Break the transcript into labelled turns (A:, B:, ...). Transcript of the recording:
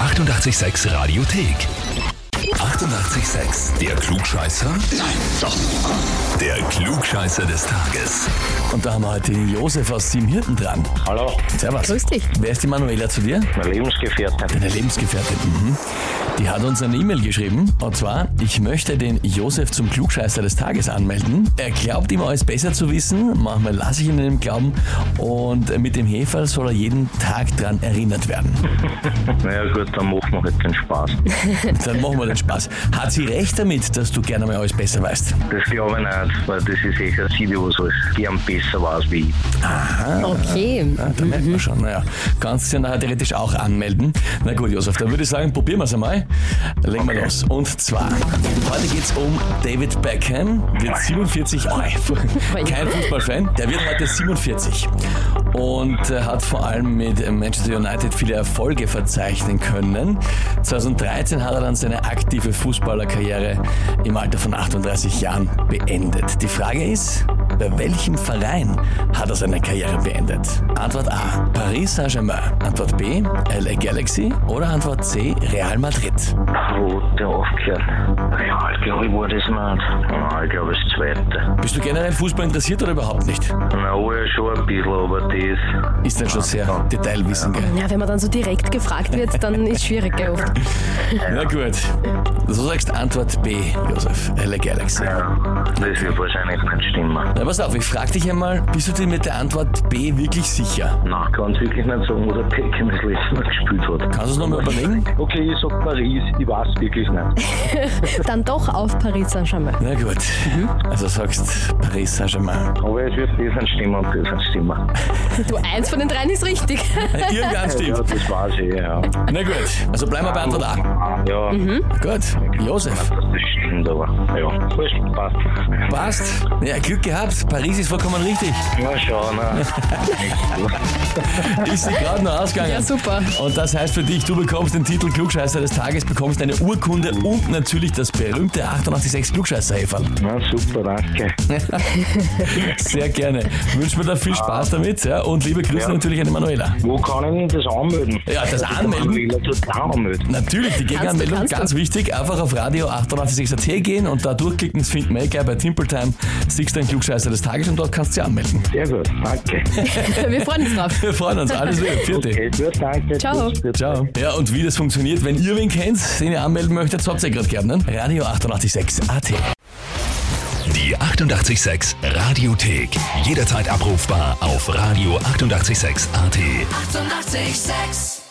A: 886 Radiothek. 88,6. Der Klugscheißer? Nein, doch. Der Klugscheißer des Tages.
B: Und da haben wir heute den Josef aus Siebenhirten dran.
C: Hallo,
B: Servus.
D: Grüß dich.
B: Wer ist die Manuela zu dir?
C: mein Lebensgefährtin.
B: Deine Lebensgefährtin. Mhm. Die hat uns eine E-Mail geschrieben. Und zwar, ich möchte den Josef zum Klugscheißer des Tages anmelden. Er glaubt immer alles besser zu wissen. Manchmal lasse ich ihn in dem Glauben. Und mit dem Heferl soll er jeden Tag dran erinnert werden.
C: Naja gut, dann machen wir halt den Spaß.
B: Dann machen wir den Spaß. Hat sie recht damit, dass du gerne mal alles besser weißt?
C: Das glaube ich nicht, weil das ist echt ein Ziel, was alles gern besser weiß wie ich.
D: Okay.
B: Ah, da merkt man schon. Naja, kannst du ja nachher theoretisch auch anmelden. Na gut, Josef, dann würde ich sagen, probieren wir es einmal. Legen wir los. Und zwar, heute geht es um David Beckham, wird 47, oh, kein Fußballfan, der wird heute 47 und äh, hat vor allem mit Manchester United viele Erfolge verzeichnen können. 2013 hat er dann seine aktive Fußballerkarriere im Alter von 38 Jahren beendet. Die Frage ist, bei welchem Verein hat er seine Karriere beendet? Antwort A. Paris Saint-Germain. Antwort B. LA Galaxy. Oder Antwort C. Real Madrid.
C: Wo hat der aufgehört? Ja, ich glaube, ich war das nicht. Nein, ich glaube, das Zweite.
B: Bist du generell Fußball interessiert oder überhaupt nicht?
C: Na, ja schon ein bisschen, aber das...
B: Ist dann schon sehr Detailwissen, gell?
D: Ja, wenn man dann so direkt gefragt wird, dann ist schwierig, gell, oft.
B: Na gut. So sagst Antwort B, Josef. LA Galaxy.
C: Ja, das wird wahrscheinlich nicht stimmen.
B: Na pass auf, ich frag dich einmal, bist du dir mit der Antwort B wirklich sicher?
C: Nein, kann ich wirklich nicht sagen, wo der Beckham das letzte Mal gespielt hat.
B: Kannst du es nochmal überlegen?
C: Okay, ich sag Paris, ich weiß wirklich nicht.
D: Dann doch auf Paris Saint-Germain.
B: Na gut. Also sagst Paris Saint-Germain.
C: Aber es wird das nicht stimmen und das nicht stimmen.
D: Du, eins von den dreien ist richtig.
B: Irgendwas
C: Ja,
B: stimmt.
C: das weiß ich, ja. Mhm.
B: Na gut. Also bleiben wir bei Antwort A.
C: Ja,
B: Gut. Josef.
C: das stimmt, aber ja. Wurscht, passt.
B: Passt. Ja, Glück gehabt. Paris ist vollkommen richtig.
C: Mal schauen.
B: Ist sie gerade noch ausgegangen.
D: Ja, super.
B: Und das heißt für dich, du bekommst den Titel Klugscheißer des Tages, bekommst eine Urkunde und natürlich das berühmte 886 klugscheißer -Häferl.
C: Na super, danke.
B: Sehr gerne. Wünschen wir da viel Spaß damit ja, und liebe Grüße
C: Ja.
B: natürlich an die Manuela.
C: Wo kann ich denn das anmelden?
B: Ja, das Anmelden.
C: Ich will das anmelden.
B: Natürlich, die Gegenanmeldung,
D: kannst du.
B: ganz wichtig, einfach auf Radio 886.at gehen und da durchklicken, das findet man eh gleich bei Timpeltime, siehst dein Klugscheißer des Tages und dort kannst du dich anmelden.
C: Sehr gut, danke.
D: Wir freuen uns drauf.
B: Wir freuen uns, alles Liebe, vierte.
C: Okay, gut, danke.
D: Ciao.
C: Tschüss, bitte.
B: Ciao. Ja, und wie das funktioniert, wenn ihr wen kennt, den ihr anmelden möchtet, habt ihr gerade gehabt, ne? Radio 886 AT.
A: Die 88,6 Radiothek. Jederzeit abrufbar auf radio886.at. 88,6.
E: Eighty-eight, sex.